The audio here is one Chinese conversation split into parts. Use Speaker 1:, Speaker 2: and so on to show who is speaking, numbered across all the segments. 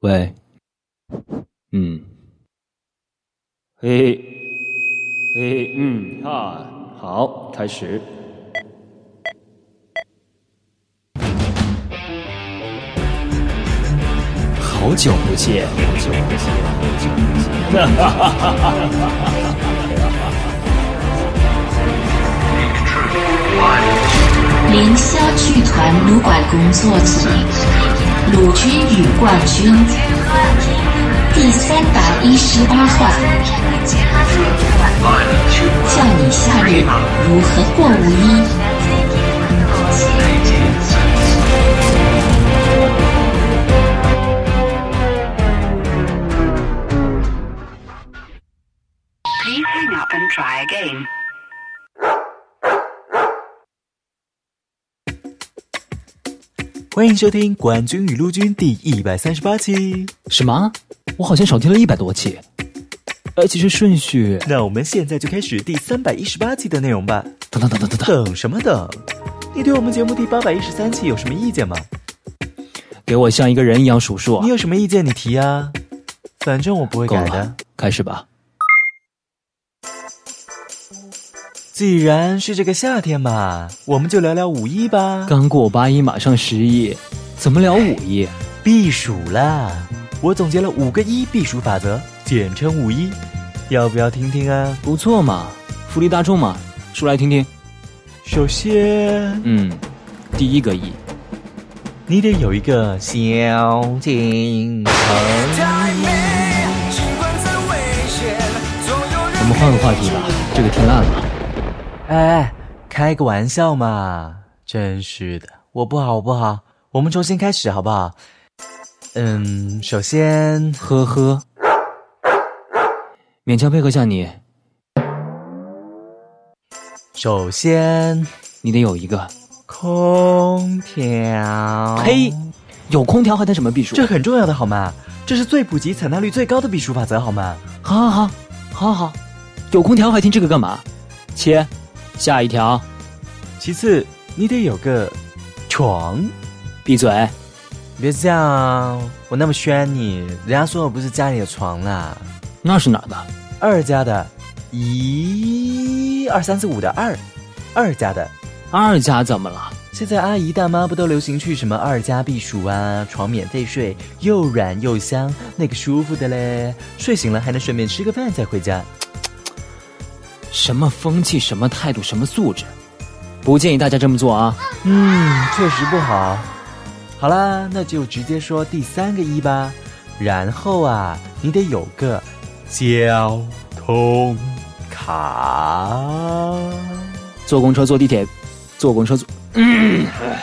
Speaker 1: 喂，嗯，
Speaker 2: 嘿，嘿，嗯，哈，好，开始。
Speaker 1: 好久不见，好久不见，好久不见。
Speaker 3: 林霄剧团鲁馆工作集，鲁军与冠军，第三百一十八话，教你夏日如何过五一。
Speaker 4: Please hang up and try again.
Speaker 5: 欢迎收听《冠军与陆军》第一百三十八期。
Speaker 1: 什么？我好像少听了一百多期，而且是顺序。
Speaker 5: 那我们现在就开始第三百一十八期的内容吧。
Speaker 1: 等等等等等等，
Speaker 5: 等什么等？你对我们节目第八百一十三期有什么意见吗？
Speaker 1: 给我像一个人一样数数
Speaker 5: 你。有什么意见你提啊，反正我不会
Speaker 1: 够
Speaker 5: 改
Speaker 1: 了
Speaker 5: 的。，
Speaker 1: 开始吧。
Speaker 5: 既然是这个夏天嘛，我们就聊聊五一吧，
Speaker 1: 刚过八一，马上十一，怎么聊五一？
Speaker 5: 避暑啦。我总结了五个一避暑法则，简称五一，要不要听听啊？
Speaker 1: 不错嘛，福利大众嘛，说来听听。
Speaker 5: 首先，
Speaker 1: 嗯，第一个一，
Speaker 5: 你得有一个小金盆。
Speaker 1: 我们换个话题吧，这个天暗了。
Speaker 5: 哎，开个玩笑嘛，真是的，我不好，我不好，我们重新开始好不好？嗯，首先，
Speaker 1: 呵呵，勉强配合下你，
Speaker 5: 首先，
Speaker 1: 你得有一个。
Speaker 5: 空调，
Speaker 1: 呸，有空调还谈什么避暑？
Speaker 5: 这很重要的好吗？这是最普及、采纳率最高的避暑法则好吗？
Speaker 1: 好好好，好好好，有空调还听这个干嘛？切，下一条，
Speaker 5: 其次，你得有个床，
Speaker 1: 闭嘴。
Speaker 5: 别这样啊，我那么宣你，人家说我不是家里的床啦，
Speaker 1: 那是哪儿的？
Speaker 5: 二家的，一二三四五的二，二家的。
Speaker 1: 二家怎么了？
Speaker 5: 现在阿姨大妈不都流行去什么二家避暑啊，床免费睡，又软又香，那个舒服的嘞。睡醒了还能顺便吃个饭再回家。
Speaker 1: 什么风气？什么态度？什么素质？不建议大家这么做啊！
Speaker 5: 嗯，确实不好。好啦，那就直接说第三个一吧。然后啊，你得有个交通卡。
Speaker 1: 坐公车，坐地铁，坐公车坐……嗯，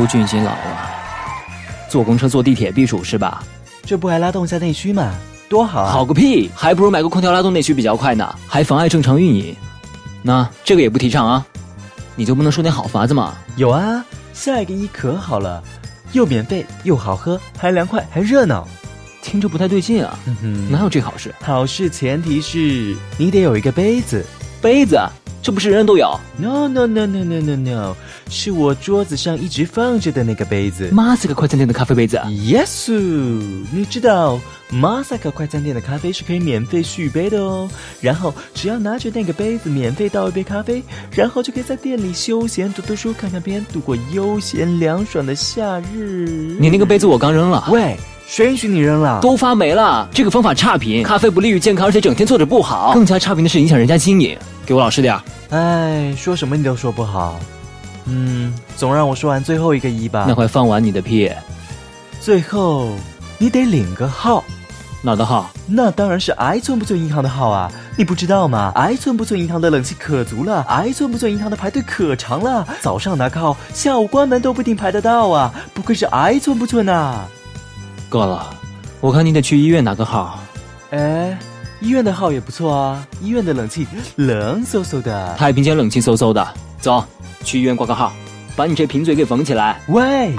Speaker 1: 陆俊已经老了，坐公车坐地铁避暑是吧？
Speaker 5: 这不还拉动一下内需嘛，多好啊！
Speaker 1: 好，个屁，还不如买个空调拉动内需比较快呢，还妨碍正常运营。那这个也不提倡啊，你就不能说点好法子吗？
Speaker 5: 有啊，下一个一可好了，又免费又好喝，还凉快还热闹。
Speaker 1: 听着不太对劲啊，
Speaker 5: 嗯哼
Speaker 1: 哪有这好事？
Speaker 5: 好事前提是你得有一个杯子。
Speaker 1: 杯子，啊这不是人人都有
Speaker 5: No no no no no no no，是我桌子上一直放着的那个杯子。
Speaker 1: 妈是个快餐店的咖啡杯子，啊
Speaker 5: 嗯 Yes，你知道 Masaka 快餐店的咖啡是可以免费续杯的哦。然后只要拿着那个杯子免费倒一杯咖啡，然后就可以在店里休闲读读书、看看片，度过悠闲凉爽的夏日。
Speaker 1: 你那个杯子我刚扔了，
Speaker 5: 喂，谁允许你扔了？
Speaker 1: 都发霉了，这个方法差评，咖啡不利于健康，而且整天做着不好，更加差评的是影响人家经营。给我老实点儿，
Speaker 5: 哎，说什么你都说不好。嗯，总让我说完最后一个一吧。
Speaker 1: 那快放完你的屁，
Speaker 5: 最后，你得领个号，
Speaker 1: 哪儿的号？
Speaker 5: 那当然是挨寸不寸银行的号啊！你不知道吗？挨寸不寸银行的冷气可足了，挨寸不寸银行的排队可长了，早上拿个号，下午关门都不一定排得到啊！不愧是挨寸不寸呐、啊
Speaker 1: 够了，我看你得去医院拿个号。
Speaker 5: 哎，医院的号也不错啊，医院的冷气冷飕飕的。
Speaker 1: 太平间冷清飕飕的，走，去医院挂个号，把你这贫嘴给缝起来。
Speaker 5: 喂，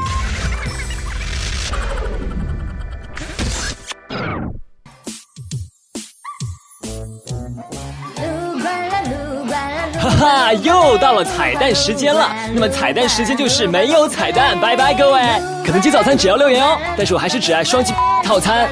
Speaker 1: 哈哈，又到了彩蛋时间了。那么彩蛋时间就是没有彩蛋，拜拜各位。可能接早餐只要六元哦，但是我还是只爱双击套餐。